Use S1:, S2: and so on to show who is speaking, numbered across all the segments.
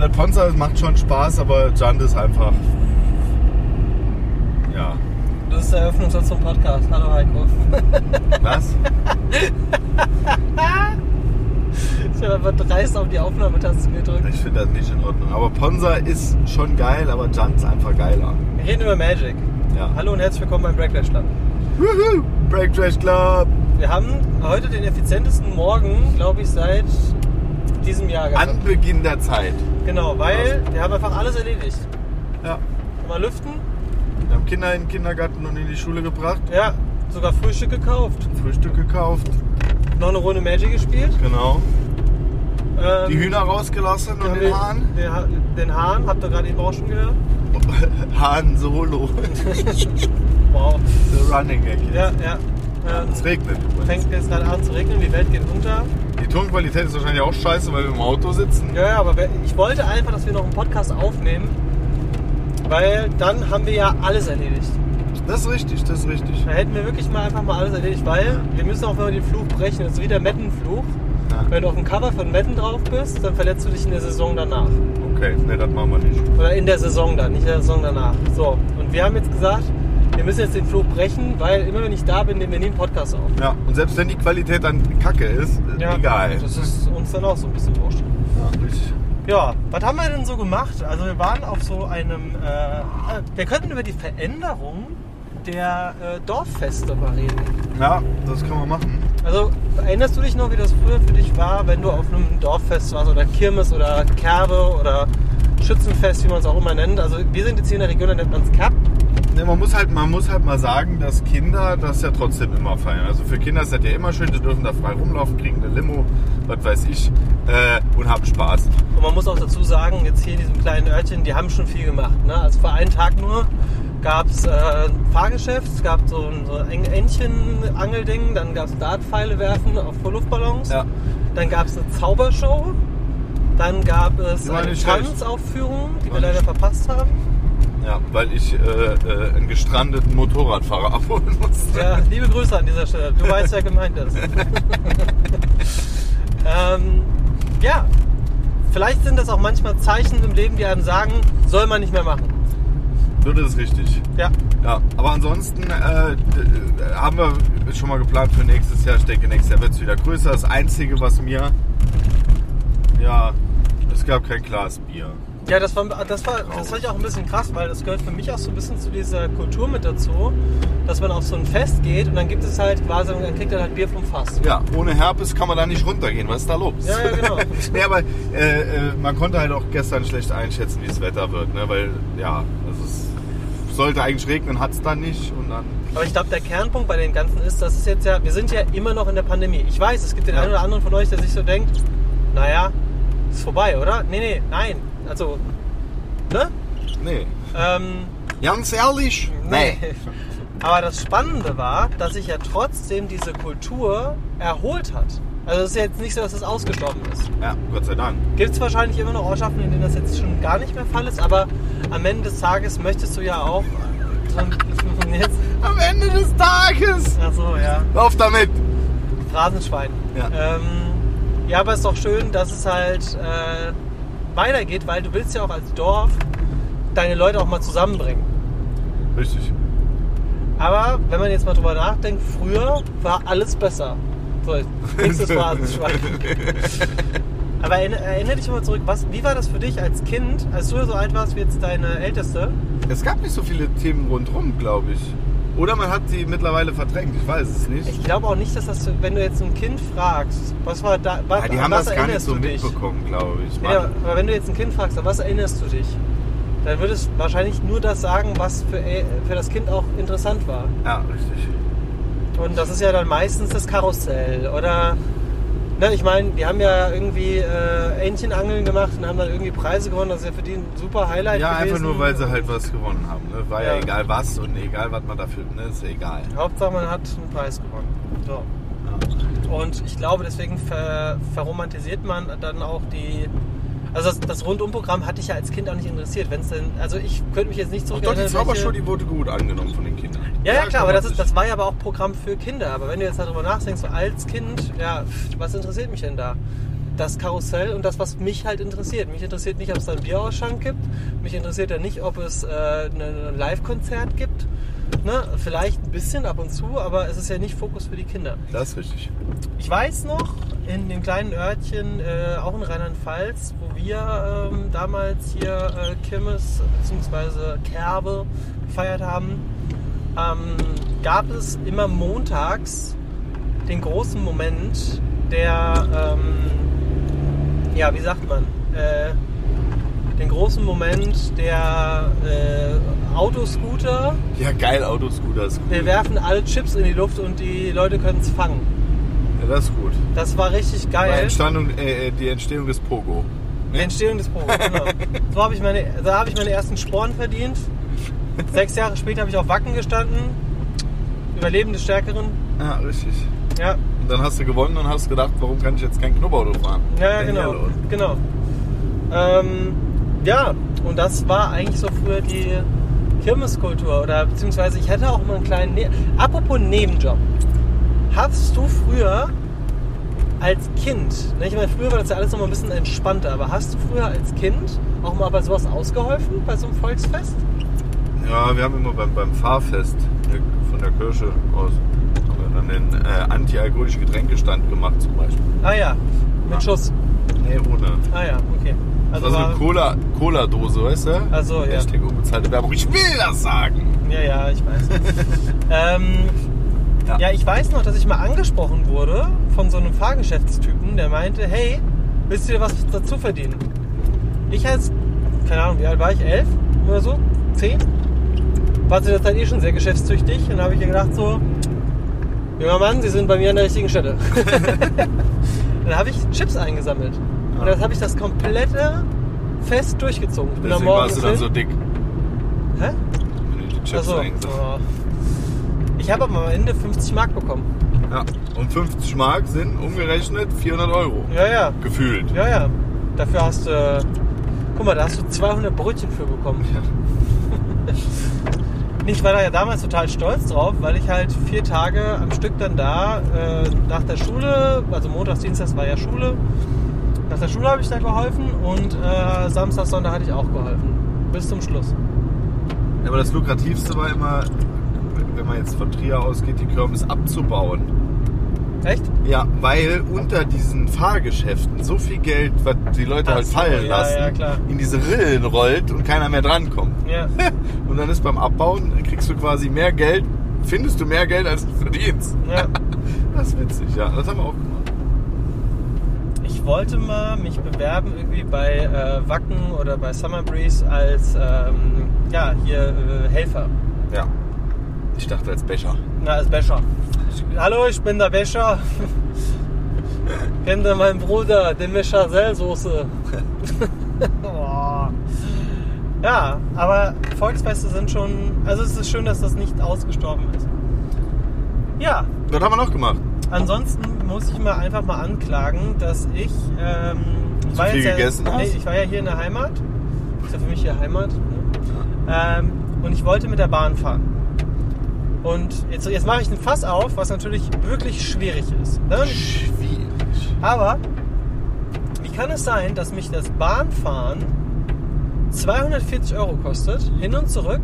S1: Alponza das macht schon Spaß, aber Jand ist einfach. Ja.
S2: Das ist der Eröffnungssatz zum Podcast. Hallo Heiko.
S1: Was?
S2: Ich habe einfach dreist auf die Aufnahmetaste gedrückt.
S1: Ich finde das nicht in Ordnung. Aber Ponza ist schon geil, aber Jant ist einfach geiler.
S2: Wir reden über Magic.
S1: Ja.
S2: Hallo und herzlich willkommen beim Breakfast Club.
S1: Woohoo! Break Trash Club!
S2: Wir haben heute den effizientesten Morgen, glaube ich, seit diesem Jahr gehabt.
S1: An Beginn der Zeit.
S2: Genau, weil wir haben einfach alles erledigt.
S1: Ja.
S2: Mal lüften,
S1: Wir haben Kinder in den Kindergarten und in die Schule gebracht,
S2: ja, sogar Frühstück gekauft,
S1: Frühstück gekauft,
S2: noch eine Runde Magic gespielt.
S1: genau.
S2: Ähm,
S1: Die Hühner rausgelassen und
S2: haben
S1: den Hahn.
S2: Den, Ha- den Hahn, habt ihr gerade eben auch schon gehört?
S1: Hahn Solo.
S2: Wow.
S1: The Running Gag. jetzt.
S2: Ja, ja. Ähm,
S1: Es regnet übrigens.
S2: fängt jetzt gerade an zu regnen, die Welt geht unter.
S1: Die Tonqualität ist wahrscheinlich auch scheiße, weil wir im Auto sitzen.
S2: Ja, ja, aber wer- ich wollte einfach, dass wir noch einen Podcast aufnehmen, weil dann haben wir ja alles erledigt.
S1: Das ist richtig, das ist richtig.
S2: Da hätten wir wirklich mal einfach mal alles erledigt, weil wir müssen auch immer den Fluch brechen. Das ist wie der Metten-Fluch.
S1: Ja.
S2: Wenn du auf dem Cover von Metten drauf bist, dann verletzt du dich in der Saison danach.
S1: Okay, ne, das machen wir nicht.
S2: Oder in der Saison dann, nicht in der Saison danach. So, und wir haben jetzt gesagt, wir müssen jetzt den Fluch brechen, weil immer wenn ich da bin, nehmen wir nie einen Podcast auf.
S1: Ja, und selbst wenn die Qualität dann kacke ist, äh, egal.
S2: Das ist uns dann auch so ein bisschen wurscht.
S1: Ja, richtig.
S2: Ja, was haben wir denn so gemacht? Also wir waren auf so einem... Äh, wir könnten über die Veränderung der äh, Dorffeste mal reden.
S1: ja, das kann man machen.
S2: Also erinnerst du dich noch, wie das früher für dich war, wenn du auf einem Dorffest warst oder Kirmes oder Kerbe oder Schützenfest, wie man es auch immer nennt. Also wir sind jetzt hier in der Region, da nennt man es Kerb.
S1: Ne, man, muss halt, man muss halt mal sagen, dass Kinder das ja trotzdem immer feiern. Also für Kinder ist das ja immer schön, die dürfen da frei rumlaufen, kriegen eine Limo, was weiß ich, äh, und haben Spaß.
S2: Und man muss auch dazu sagen, jetzt hier in diesem kleinen Örtchen, die haben schon viel gemacht. Ne? Also vor einem Tag nur gab es äh, ein Fahrgeschäft, es gab so ein, so ein Entchen-Angelding, dann gab es Dartpfeile werfen auf Luftballons,
S1: Ja.
S2: dann gab es eine Zaubershow, dann gab es
S1: Die war
S2: eine
S1: nicht schlecht.
S2: Tanzaufführung, die wir
S1: War nicht
S2: leider verpasst haben.
S1: Ja, weil ich äh, äh, einen gestrandeten Motorradfahrer abholen musste.
S2: Ja, liebe Grüße an dieser Stelle. Du weißt, wer gemeint ist. ähm, ja, vielleicht sind das auch manchmal Zeichen im Leben, die einem sagen, soll man nicht mehr machen.
S1: So, das ist richtig.
S2: Ja.
S1: Ja, aber ansonsten äh, d- äh, haben wir schon mal geplant für nächstes Jahr. Ich denke, nächstes Jahr wird es wieder größer. Das Einzige, was mir... Ja, es gab kein Glas Bier.
S2: Ja, das war, das war, das fand ich auch ein bisschen krass, weil das gehört für mich auch so ein bisschen zu dieser Kultur mit dazu, dass man auf so ein Fest geht und dann gibt es halt quasi, dann kriegt er halt Bier vom Fass.
S1: Ja, ohne Herpes kann man da nicht runtergehen. Was ist da los?
S2: Ja, ja, genau.
S1: nee, aber äh, äh, man konnte halt auch gestern schlecht einschätzen, wie das Wetter wird. Ne? Weil, ja, also es sollte eigentlich regnen, hat es dann nicht. Und dann,
S2: Aber ich glaube, der Kernpunkt bei dem Ganzen ist, dass es jetzt ja, wir sind ja immer noch in der Pandemie. Ich weiß, es gibt den
S1: Ja.
S2: einen oder anderen von euch, der sich so denkt, naja, ist vorbei, oder? Nee, nee, nein. Also, ne?
S1: nee.
S2: Ähm,
S1: Ganz ehrlich?
S2: Aber das Spannende war, dass sich ja trotzdem diese Kultur erholt hat. Also es ist ja jetzt nicht so, dass es ausgestorben ist.
S1: Ja, Gott sei Dank.
S2: Gibt es wahrscheinlich immer noch Ortschaften, in denen das jetzt schon gar nicht mehr Fall ist, aber am Ende des Tages möchtest du ja auch. so- Jetzt,
S1: Am Ende des Tages!
S2: ach so, ja.
S1: Lauf damit!
S2: Phrasenschwein.
S1: Ja.
S2: Ähm, ja, aber es ist doch schön, dass es halt äh, weitergeht, weil du willst ja auch als Dorf deine Leute auch mal zusammenbringen.
S1: Richtig.
S2: Aber wenn man jetzt mal drüber nachdenkt, früher war alles besser. So, nächstes Phrasenschwein. Aber erinnere, erinnere dich mal zurück, was, wie war das für dich als Kind, als du so alt warst wie jetzt deine Älteste?
S1: Es gab nicht so viele Themen rundherum, glaube ich. Oder man hat sie mittlerweile verdrängt, ich weiß es nicht.
S2: Ich glaube auch nicht, dass das, wenn du jetzt ein Kind fragst, was war da, was,
S1: ja, die
S2: an
S1: haben
S2: was
S1: das gar nicht
S2: erinnerst
S1: so
S2: du dich?
S1: mitbekommen, glaube ich.
S2: Ja, aber wenn du jetzt ein Kind fragst, an was erinnerst du dich? Dann würdest du wahrscheinlich nur das sagen, was für, äh, für das Kind auch interessant war.
S1: ja richtig.
S2: Und das ist ja dann meistens das Karussell oder. Ne, ich meine, die haben ja irgendwie äh, Entchenangeln gemacht und haben dann irgendwie Preise gewonnen. Das ist ja für die ein super Highlight
S1: Ja,
S2: gewesen.
S1: einfach nur, weil sie halt was gewonnen haben. Ne? War ja.
S2: Ja.
S1: egal was und egal, was man dafür, ne, ist egal.
S2: Hauptsache, man hat einen Preis gewonnen. So. Und ich glaube, deswegen ver verromantisiert man dann auch die. Also das, das Rundumprogramm hatte ich ja als Kind auch nicht interessiert. Wenn's denn, also ich könnte mich jetzt nicht
S1: Auch
S2: zurück
S1: doch, die
S2: erinnern,
S1: Zaubershow,
S2: welche-
S1: die wurde gut angenommen von den Kindern.
S2: Ja, ja, klar, aber das, ist,
S1: das.
S2: das war ja aber auch Programm für Kinder. Aber wenn du jetzt darüber nachdenkst, so als Kind, ja, pff, was interessiert mich denn da? das Karussell und das, was mich halt interessiert. Mich interessiert nicht, ob es da einen Bierausschank gibt. Mich interessiert ja nicht, ob es äh, ein Live-Konzert gibt. Ne? Vielleicht ein bisschen ab und zu, aber es ist ja nicht Fokus für die Kinder.
S1: Das ist richtig.
S2: Ich weiß noch, in dem kleinen Örtchen, äh, auch in Rheinland-Pfalz, wo wir ähm, damals hier äh, Kirmes bzw. Kerbe gefeiert haben, ähm, gab es immer montags den großen Moment der, ähm, ja, wie sagt man, äh, den großen Moment der äh, Autoscooter.
S1: Ja, geil, Autoscooter ist gut.
S2: Wir werfen alle Chips in die Luft und die Leute können es fangen.
S1: Ja, das ist gut.
S2: Das war richtig
S1: Bei
S2: geil.
S1: Entstandung, äh, äh, die Entstehung des Pogo.
S2: Die Entstehung des Pogo, genau. So habe ich, meine, so hab ich meine ersten Sporen verdient. Sechs Jahre später habe ich auf Wacken gestanden. Überleben des Stärkeren.
S1: Ja, richtig.
S2: Ja,
S1: Und dann hast du gewonnen und hast gedacht, warum kann ich jetzt kein Knubberauto fahren?
S2: ja, ja,
S1: Denn
S2: genau.
S1: hier los.
S2: genau. Ähm, ja, und das war eigentlich so früher die Kirmeskultur. Oder beziehungsweise ich hatte auch mal einen kleinen. Ne Apropos Nebenjob. Hast du früher als Kind, ne, ich meine, früher war das ja alles noch mal ein bisschen entspannter, aber hast du früher als Kind auch mal bei sowas ausgeholfen, bei so einem Volksfest?
S1: Ja, wir haben immer beim, beim Fahrfest hier von der Kirche aus haben wir dann den äh, antialkoholischen Getränkestand gemacht zum Beispiel.
S2: Ah ja, mit
S1: Ja.
S2: Schuss.
S1: Nee, ohne.
S2: Ah ja, okay.
S1: Das
S2: Also,
S1: war so
S2: war,
S1: eine Cola- Cola-Dose, weißt du?
S2: Ach so, ja.
S1: Hashtag unbezahlte Werbung. Ich will das sagen!
S2: ja, ja, ich weiß. ähm,
S1: Ja.
S2: ja, ich weiß noch, dass ich mal angesprochen wurde von so einem Fahrgeschäftstypen, der meinte, hey, willst du dir was dazu verdienen? Ich als, keine Ahnung, wie alt war ich? Elf oder so? Zehn? War zu der Zeit eh schon sehr geschäftstüchtig. Und dann habe ich mir gedacht so, junger Mann, Sie sind bei mir an der richtigen Stelle. dann habe ich Chips eingesammelt. Und
S1: Ja.
S2: dann habe ich das komplette Fest durchgezogen. Ich bin am
S1: Deswegen
S2: Morgen
S1: warst du dann so
S2: hin-
S1: dick,
S2: Hä?
S1: wenn du die Chips
S2: Ach so.
S1: eingesetzt
S2: Oh. Ich habe aber am Ende 50 Mark bekommen.
S1: hast. Ja. Und 50 Mark sind umgerechnet 400 Euro.
S2: Ja, ja.
S1: Gefühlt.
S2: Ja, ja. Dafür hast du. Guck mal, da hast du 200 Brötchen für bekommen. Ich war da ja damals total stolz drauf, weil ich halt vier Tage am Stück dann da äh, nach der Schule, also Montags, Dienstags war ja Schule. Nach der Schule habe ich da geholfen und äh, Samstag, Sonntag hatte ich auch geholfen. Bis zum Schluss.
S1: Aber das Lukrativste war immer, wenn man jetzt von Trier ausgeht, die Kirmes abzubauen.
S2: Echt?
S1: Ja, weil unter diesen Fahrgeschäften so viel Geld, was die Leute
S2: Ach
S1: halt
S2: so,
S1: fallen
S2: ja,
S1: lassen,
S2: ja, klar.
S1: in diese Rillen rollt und keiner mehr drankommt.
S2: Ja.
S1: Und dann ist beim Abbauen, kriegst du quasi mehr Geld, findest du mehr Geld, als du verdienst.
S2: ja.
S1: Das ist witzig, ja. Das haben wir auch gemacht.
S2: Ich wollte mal mich bewerben irgendwie bei äh, Wacken oder bei Summer Breeze als ähm, ja, hier äh, Helfer.
S1: Ja. Ich dachte als Becher.
S2: Na, als Becher. Ich, Hallo, ich bin der Becher. Kennt ihr meinen Bruder, den Bechamel-Soße? Boah. ja, aber Volksfeste sind schon. Also, es ist schön, dass das nicht ausgestorben ist. Ja,
S1: Das haben wir noch gemacht.
S2: Ansonsten muss ich mal einfach mal anklagen, dass ich. Ähm, ich
S1: Zu viel gegessen
S2: ja, nee,
S1: hast?
S2: ich war ja hier in der Heimat. Ist ja für mich hier Heimat. Ne? Ähm, und ich wollte mit der Bahn fahren. Und jetzt, jetzt mache ich ein Fass auf, was natürlich wirklich schwierig ist. Ne?
S1: Schwierig.
S2: Aber wie kann es sein, dass mich das Bahnfahren 240 Euro kostet, hin und zurück?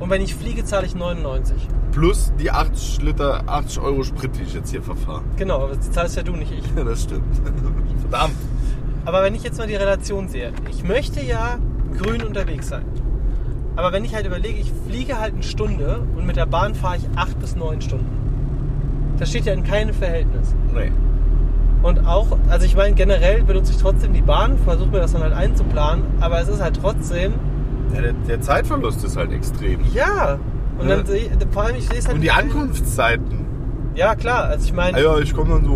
S2: Und wenn ich fliege, zahle ich 99.
S1: Plus die 80 Liter, 80 Euro Sprit, die ich jetzt hier verfahre.
S2: Genau, aber das zahlst ja du, nicht ich.
S1: Ja, das stimmt. Verdammt.
S2: Aber wenn ich jetzt mal die Relation sehe, ich möchte ja grün unterwegs sein. Aber wenn ich halt überlege, ich fliege halt eine Stunde und mit der Bahn fahre ich acht bis neun Stunden. Das steht ja in keinem Verhältnis.
S1: Nee.
S2: Und auch, also ich meine, generell benutze ich trotzdem die Bahn, versuche mir das dann halt einzuplanen, aber es ist halt trotzdem,
S1: Ja, der, der Zeitverlust ist halt extrem.
S2: ja. Und dann
S1: Ja.
S2: sehe ich, vor allem, ich sehe es halt.
S1: Und die
S2: nicht-
S1: Ankunftszeiten.
S2: Ja, klar. Also ich
S1: Ah
S2: meine,
S1: ja, ich komme dann so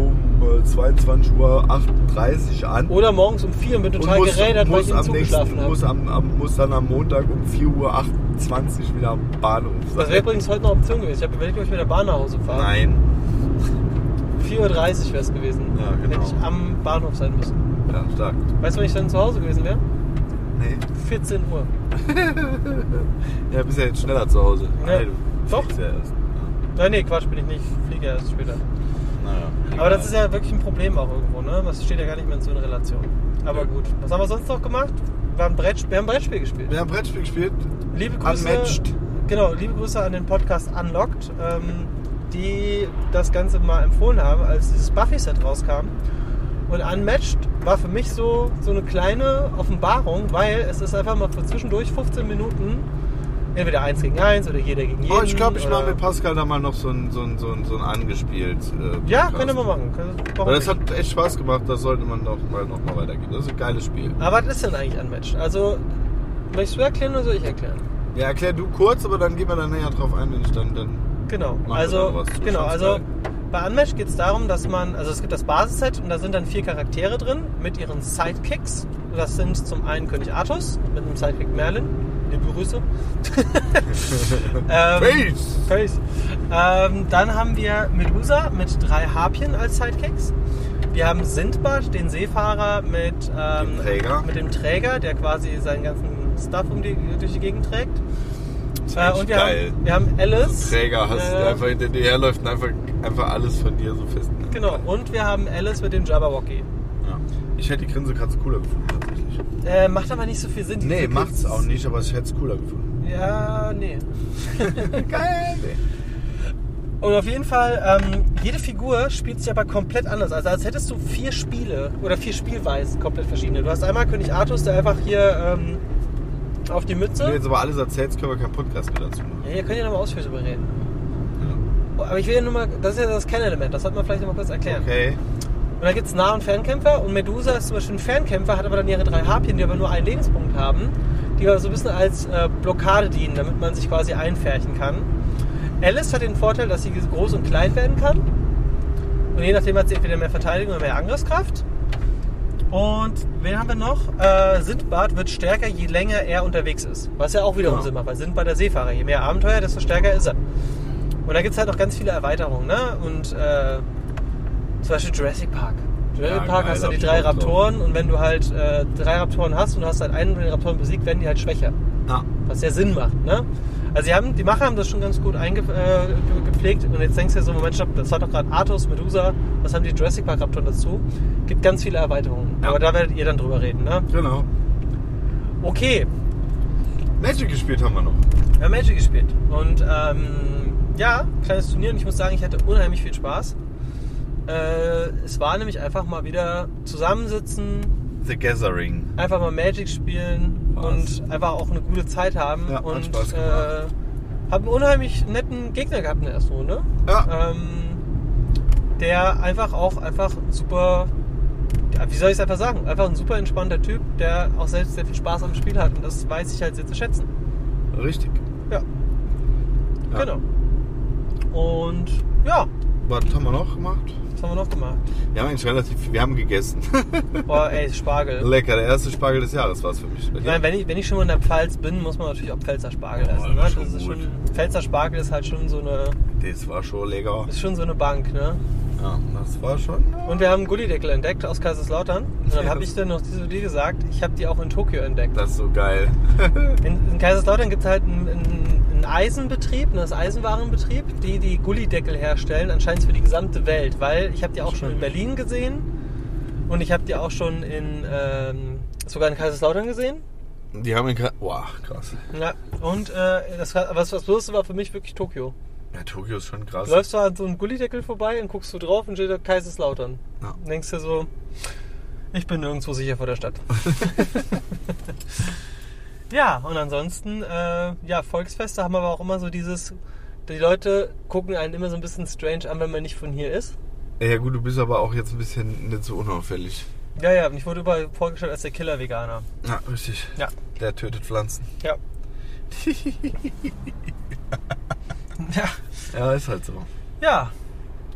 S1: um äh, 22 Uhr 38 an.
S2: oder morgens um vier und bin total gerädert, weil ich im Zug geschlafen habe.
S1: muss, am, am, muss dann am Montag um 4 Uhr 28 wieder am Bahnhof
S2: Das wäre übrigens heute eine Option gewesen. Ich habe überlegt, ob ich mit der Bahn nach Hause fahre.
S1: Nein.
S2: 4.30 Uhr wäre es gewesen.
S1: Ja, genau.
S2: Hätte ich am Bahnhof sein müssen.
S1: Ja, stark.
S2: Weißt du, wenn ich dann zu Hause gewesen wäre?
S1: Nee.
S2: 14 Uhr.
S1: Ja, bist ja jetzt schneller zu Hause.
S2: Ja.
S1: Nein, du
S2: Doch.
S1: fliegst Ja erst.
S2: Äh, Nein, nee, Quatsch, bin ich nicht. Ich Fliege erst später.
S1: Naja,
S2: Aber das
S1: egal.
S2: ist ja wirklich ein Problem auch irgendwo, ne? Das steht ja gar nicht mehr so in Relation. Aber
S1: Ja.
S2: gut. Was haben wir sonst noch gemacht? Wir haben, Brett, wir haben Brettspiel gespielt.
S1: Wir haben Brettspiel gespielt.
S2: Liebe Grüße.
S1: Unmatched.
S2: Genau, liebe Grüße an den Podcast Unlocked, ähm, die das Ganze mal empfohlen haben, als dieses Buffy-Set rauskam. Und Unmatched war für mich so, so eine kleine Offenbarung, weil es ist einfach mal für zwischendurch 15 Minuten entweder eins gegen eins oder jeder gegen jeden.
S1: Oh, ich glaube, ich
S2: oder-
S1: mache mit Pascal da mal noch so ein, so ein, so ein, so ein angespielt. Äh,
S2: Ja,
S1: Podcast.
S2: können wir machen. Können- warum
S1: Weil das
S2: nicht?
S1: hat echt Spaß gemacht, das sollte man doch mal, noch mal weitergehen. Das ist ein geiles Spiel.
S2: Aber was ist denn eigentlich Unmatched? Also, möchtest du erklären oder soll ich erklären?
S1: Ja, erklär du kurz, aber dann gehen wir da näher drauf ein, wenn ich dann. dann
S2: Genau,
S1: Machen wir dann
S2: also,
S1: was zu
S2: genau,
S1: Schwanzball.
S2: also bei Unmatch geht es darum, dass man, also es gibt das Basisset und da sind dann vier Charaktere drin mit ihren Sidekicks. Das sind zum einen König Artus mit einem Sidekick Merlin, liebe Grüße. ähm,
S1: Face!
S2: Face. Ähm, dann haben wir Medusa mit drei Harpien als Sidekicks. Wir haben Sindbad, den Seefahrer mit, ähm,
S1: Dem Träger.
S2: mit dem Träger, der quasi seinen ganzen Stuff um die, durch die Gegend trägt.
S1: Das ist
S2: Äh,
S1: echt
S2: und wir
S1: geil.
S2: haben, wir haben Alice.
S1: so Träger hast du
S2: äh,
S1: einfach hinter dir herläuft und einfach, einfach alles von dir so fest. ne?
S2: Genau, und wir haben Alice mit dem Jabberwocky.
S1: Ja. Ich hätte die Grinsekatze cooler gefunden, tatsächlich.
S2: Äh, macht aber nicht so viel Sinn. die
S1: Nee,
S2: Kids-
S1: macht's auch nicht, aber ich hätte es cooler gefunden.
S2: Ja, nee.
S1: Geil!
S2: Und auf jeden Fall, ähm, jede Figur spielt sich aber komplett anders. Also als hättest du vier Spiele oder vier Spielweisen komplett verschiedene. Du hast einmal König Artus, der einfach hier ähm, auf die Mütze.
S1: Wenn du jetzt aber alles erzählst, können wir keinen Podcast mehr dazu machen.
S2: Ja, ihr könnt ja nochmal ausführlich darüber reden. Aber ich will ja nur mal, das ist ja das Kernelement, das sollte man vielleicht nochmal kurz erklären.
S1: Okay.
S2: Und da gibt es Nah- und Fernkämpfer. Und Medusa ist zum Beispiel ein Fernkämpfer, hat aber dann ihre drei Harpien, die aber nur einen Lebenspunkt haben, die aber so ein bisschen als äh, Blockade dienen, damit man sich quasi einfärchen kann. Alice hat den Vorteil, dass sie groß und klein werden kann. Und je nachdem hat sie entweder mehr Verteidigung oder mehr Angriffskraft. Und wen haben wir noch? Äh, Sindbad wird stärker, je länger er unterwegs ist. Was ja auch wiederum
S1: Genau.
S2: Sinn macht, weil Sindbad der Seefahrer, je mehr Abenteuer, desto stärker ist er. Und da gibt es halt noch ganz viele Erweiterungen. Ne? Und äh, zum Beispiel Jurassic Park. Jurassic
S1: Ja,
S2: Park
S1: geil,
S2: hast du
S1: hab
S2: die
S1: ich
S2: drei
S1: Bock drauf.
S2: Raptoren und wenn du halt äh, drei Raptoren hast und du hast halt einen von den Raptoren besiegt, werden die halt schwächer.
S1: Na,
S2: Was ja Sinn macht, ne? Also die, haben, die Macher haben das schon ganz gut eingepflegt äh, gepflegt. und jetzt denkst du dir so, Moment, stopp, das war doch gerade Arthos, Medusa, was haben die Jurassic Park Raptoren dazu? Gibt ganz viele Erweiterungen.
S1: Ja.
S2: Aber da werdet ihr dann drüber reden, ne?
S1: genau.
S2: Okay,
S1: Magic gespielt haben wir noch.
S2: wir haben Magic gespielt. Und ähm, ja, kleines Turnier und ich muss sagen, ich hatte unheimlich viel Spaß. Äh, es war nämlich einfach mal wieder zusammensitzen,
S1: The Gathering.
S2: einfach mal Magic spielen
S1: Spaß.
S2: und einfach auch eine gute Zeit haben.
S1: Ja, hat
S2: und
S1: Spaß
S2: äh,
S1: gemacht.
S2: hab einen unheimlich netten Gegner gehabt in der ersten Runde.
S1: Ja.
S2: Ähm, der einfach auch einfach ein super, ja, wie soll ich es einfach sagen, einfach ein super entspannter Typ, der auch selbst sehr viel Spaß am Spiel hat und das weiß ich halt sehr zu schätzen.
S1: Richtig.
S2: Ja,
S1: Ja.
S2: genau. Und ja,
S1: Was haben wir noch gemacht?
S2: was haben wir noch gemacht?
S1: Wir haben eigentlich relativ viel, wir haben gegessen.
S2: Boah, ey, Spargel.
S1: Lecker, der erste Spargel des Jahres war es für mich.
S2: Ich meine, wenn ich, wenn ich schon mal in der Pfalz bin, muss man natürlich auch Pfälzer Spargel
S1: Ja,
S2: essen. Ne?
S1: das
S2: Das
S1: ist
S2: ist
S1: schon
S2: schon, Pfälzer Spargel ist halt schon so eine,
S1: das war schon lecker.
S2: ist schon so eine Bank, ne?
S1: Ja, das war schon.
S2: Und wir haben Gullideckel entdeckt aus Kaiserslautern. Und dann
S1: Ja.
S2: habe ich dann noch diese Idee gesagt, ich habe die auch in Tokio entdeckt.
S1: Das ist so geil.
S2: In, in Kaiserslautern gibt es halt einen, einen, einen Eisenbetrieb, einen Eisenwarenbetrieb, die die Gullideckel herstellen, anscheinend für die gesamte Welt. Weil ich habe die auch schon in
S1: Spannend.
S2: Berlin gesehen und ich habe die auch schon in ähm, sogar in Kaiserslautern gesehen.
S1: Die haben ihn gerade. Wow, krass.
S2: Ja. Und äh, das, was, was Bloße war für mich wirklich Tokio.
S1: Ja, Tokio ist schon krass.
S2: Du läufst da an so einem Gullideckel vorbei und guckst du drauf und steht da Kaiserslautern.
S1: Ja.
S2: Und denkst dir so, ich bin nirgendwo sicher vor der Stadt. ja, und ansonsten, äh, ja, Volksfeste haben aber auch immer so dieses, die Leute gucken einen immer so ein bisschen strange an, wenn man nicht von hier ist.
S1: Ja gut, du bist aber auch jetzt ein bisschen nicht so unauffällig.
S2: Ja, ja, und ich wurde überall vorgestellt als der Killer-Veganer.
S1: Ja, richtig.
S2: Ja.
S1: Der tötet Pflanzen.
S2: Ja. ja.
S1: Ja, ist halt so.
S2: Ja.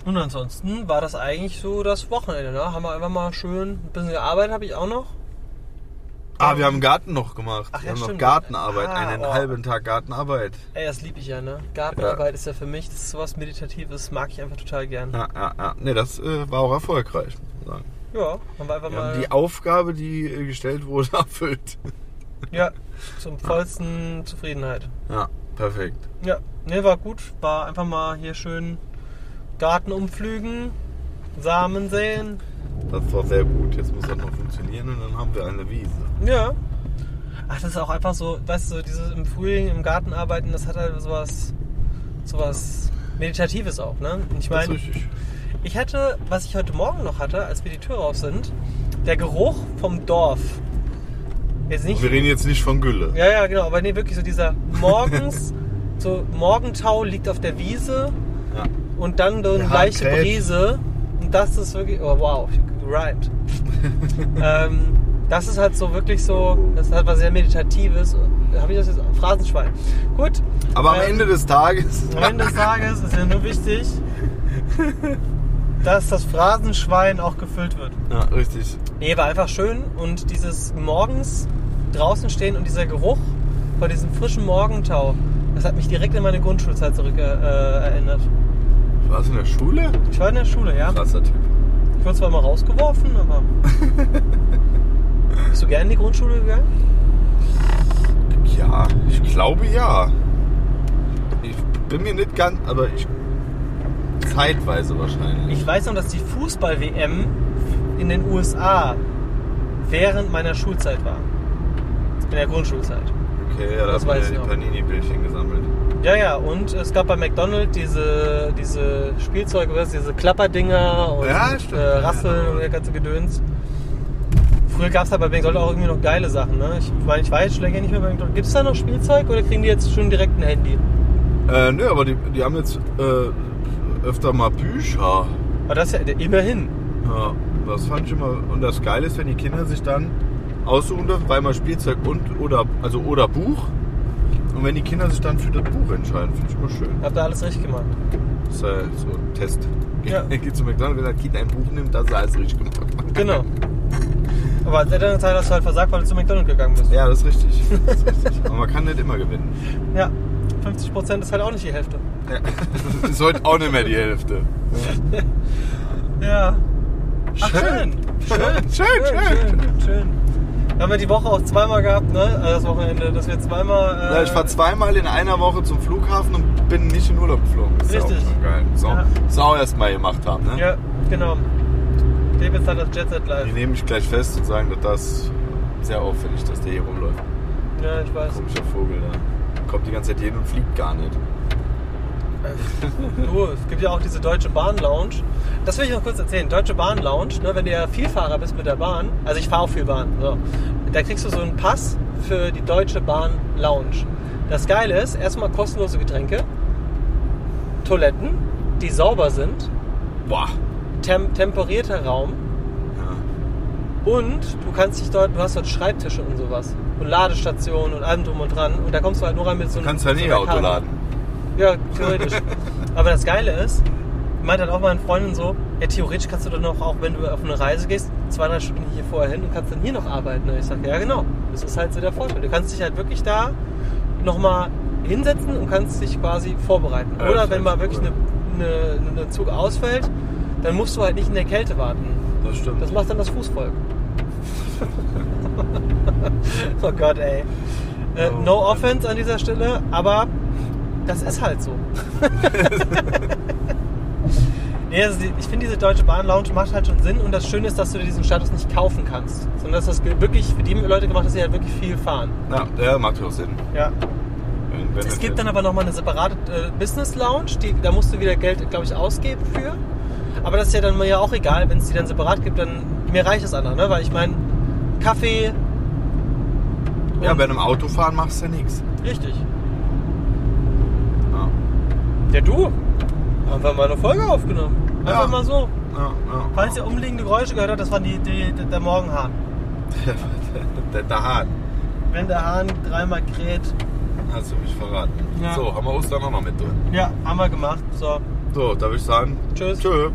S2: Und ansonsten war das eigentlich so das Wochenende. Ne? Haben wir einfach mal schön ein bisschen gearbeitet, habe ich auch noch.
S1: Ah, wir haben Garten noch gemacht.
S2: Ähm. Ach ja,
S1: wir haben noch
S2: stimmt.
S1: Gartenarbeit,
S2: Ah,
S1: einen
S2: oh.
S1: halben Tag Gartenarbeit.
S2: Ey, das lieb ich ja, ne? Gartenarbeit ist ja für mich, das ist sowas Meditatives, mag ich einfach total gern. Ja,
S1: Ja, ja, ja. Nee, das äh, war auch erfolgreich, muss man sagen.
S2: haben wir einfach
S1: Wir
S2: mal
S1: haben die Aufgabe, die äh, gestellt wurde, erfüllt.
S2: ja, zum vollsten Zufriedenheit.
S1: Ja, perfekt.
S2: Ja, ne, war gut, war einfach mal hier schön Garten umflügen, Samen säen.
S1: Das war sehr gut. Jetzt muss das noch funktionieren und dann haben wir eine Wiese.
S2: Ja. Ach, das ist auch einfach so, weißt du, dieses im Frühling im Garten arbeiten, das hat halt sowas, sowas Meditatives auch, ne? Und Ich
S1: Das ist
S2: meine,
S1: richtig.
S2: ich hatte, was ich heute Morgen noch hatte, als wir die Tür raus sind, der Geruch vom Dorf. Jetzt nicht
S1: Wir reden jetzt nicht von Gülle.
S2: Ja, ja, genau. Aber nee, wirklich so dieser morgens, so Morgentau liegt auf der Wiese
S1: Ja.
S2: und dann so eine
S1: Ja,
S2: leichte
S1: Gräsch.
S2: Brise. Und das ist wirklich, oh wow, right. ähm, das ist halt so wirklich so, das hat was sehr Meditatives. Habe ich das jetzt? Phrasenschwein. Gut.
S1: Aber am
S2: ähm,
S1: Ende des Tages.
S2: am Ende des Tages ist ja nur wichtig, dass das Phrasenschwein auch gefüllt wird.
S1: Ja, richtig.
S2: Nee, war einfach schön und dieses morgens draußen stehen und dieser Geruch von diesem frischen Morgentau, das hat mich direkt in meine Grundschulzeit zurück äh, erinnert.
S1: Warst du in der Schule?
S2: Ich war in der Schule, ja.
S1: Krasser Typ.
S2: Ich wurde zwar mal rausgeworfen, aber. Bist du gerne in die Grundschule gegangen?
S1: Ja, ich glaube ja. Ich bin mir nicht ganz, aber ich. Zeitweise wahrscheinlich.
S2: Ich weiß noch, dass die Fußball-WM in den USA während meiner Schulzeit war. In der Grundschulzeit.
S1: Okay, ja, da
S2: Das
S1: haben wir
S2: weiß ich
S1: die
S2: noch.
S1: Panini-Bildchen gesammelt.
S2: Ja, ja, und es gab bei McDonald's diese, diese Spielzeuge, was, diese Klapperdinger und
S1: Ja, stimmt.
S2: äh, Rasseln und der ganze Gedöns. Früher gab es da bei McDonald's auch irgendwie noch geile Sachen. Ne? Ich meine, ich war jetzt schon länger nicht mehr bei McDonald's. Gibt es da noch Spielzeug oder kriegen die jetzt schon direkt ein Handy?
S1: Äh, nö, aber die, die haben jetzt äh, öfter mal Bücher.
S2: Aber das ist ja immerhin.
S1: Ja, das fand ich immer. Und das Geile ist, wenn die Kinder sich dann aussuchen dürfen, dreimal Spielzeug und oder also oder Buch. Und wenn die Kinder sich dann für das Buch entscheiden, finde ich immer schön.
S2: Habt ihr alles richtig gemacht.
S1: Das ist ja so ein Test.
S2: Ja.
S1: Er geht zu McDonald's, wenn das Kind ein Buch nimmt, dann sei alles richtig gemacht.
S2: Genau. Aber als Elternzeit hast du halt versagt, weil du zu McDonald's gegangen bist.
S1: Ja, das ist richtig. Das ist richtig. Aber man kann nicht immer gewinnen.
S2: ja. 50% ist halt auch nicht die Hälfte.
S1: Ja. Das ist heute auch nicht mehr die Hälfte.
S2: Ja. Ach,
S1: Schön.
S2: schön.
S1: Schön, schön, schön.
S2: schön, schön, schön. Haben wir die Woche auch zweimal gehabt, ne? Also das Wochenende, dass wir zweimal. Äh,
S1: Ja, ich war zweimal in einer Woche zum Flughafen und bin nicht in Urlaub geflogen. Das ist ja auch
S2: Richtig.
S1: schon geil. So,
S2: Ja.
S1: Sau erstmal gemacht haben, ne?
S2: Ja, genau. David hat das Jet Set live.
S1: Die nehmen mich gleich fest und sagen, dass das sehr auffällig, dass der hier rumläuft.
S2: Ja, ich weiß.
S1: Komischer Vogel da. Kommt die ganze Zeit hin und fliegt gar nicht.
S2: Du, Oh, es gibt ja auch diese Deutsche Bahn Lounge. Das will ich noch kurz erzählen. Deutsche Bahn Lounge, ne, wenn du ja Vielfahrer bist mit der Bahn, also ich fahre auch viel Bahn, so, da kriegst du so einen Pass für die Deutsche Bahn Lounge. Das Geile ist, erstmal kostenlose Getränke, Toiletten, die sauber sind,
S1: Boah.
S2: tem temperierter Raum und du kannst dich dort, du hast dort Schreibtische und sowas und Ladestationen und allem drum und dran und da kommst du halt nur rein mit so
S1: Du
S2: einem
S1: kannst ja
S2: so
S1: nie
S2: einer
S1: Auto
S2: Karte.
S1: laden.
S2: Ja, theoretisch. Aber das Geile ist, meint dann auch meine Freundin so, ja, theoretisch kannst du dann auch, auch wenn du auf eine Reise gehst, zwei, drei Stunden hier vorher hin und kannst dann hier noch arbeiten. Und ich sage, ja, genau. Das ist halt so der Vorteil. Du kannst dich halt wirklich da nochmal hinsetzen und kannst dich quasi vorbereiten.
S1: Ja, das
S2: Oder
S1: ist
S2: wenn mal
S1: echt
S2: wirklich
S1: cool.
S2: eine, eine, eine Zug ausfällt, dann musst du halt nicht in der Kälte warten.
S1: Das stimmt.
S2: Das macht dann das Fußvolk. oh Gott, ey. Äh,
S1: Oh
S2: no
S1: Mann.
S2: offense an dieser Stelle, aber das ist halt so. nee, also die, ich finde, diese Deutsche Bahn Lounge macht halt schon Sinn und das Schöne ist, dass du dir diesen Status nicht kaufen kannst, sondern dass das ge- wirklich für die Leute gemacht ist, die halt wirklich viel fahren.
S1: ja, ja, macht ja auch Sinn.
S2: Ja.
S1: Wenn- wenn
S2: Es
S1: das
S2: gibt
S1: jetzt-
S2: dann aber nochmal eine separate äh, Business Lounge, die, da musst du wieder Geld, glaube ich, ausgeben für. Aber das ist ja dann mir ja auch egal, wenn es die dann separat gibt, dann mir reicht das andere, ne? weil ich meine, Kaffee,
S1: ja, bei einem Autofahren machst du ja nichts.
S2: richtig.
S1: Ja.
S2: Ja, du, einfach mal eine Folge aufgenommen. Einfach
S1: Ja.
S2: mal so.
S1: Ja, ja.
S2: Falls ihr umliegende Geräusche gehört habt, das waren die, die, der Morgenhahn.
S1: Der, der Hahn.
S2: Wenn der Hahn dreimal kräht.
S1: Hast du mich verraten.
S2: Ja.
S1: So, haben wir Ostern auch noch mit drin.
S2: Ja, haben wir gemacht. So,
S1: So, darf ich sagen?
S2: Tschüss.
S1: Tschö.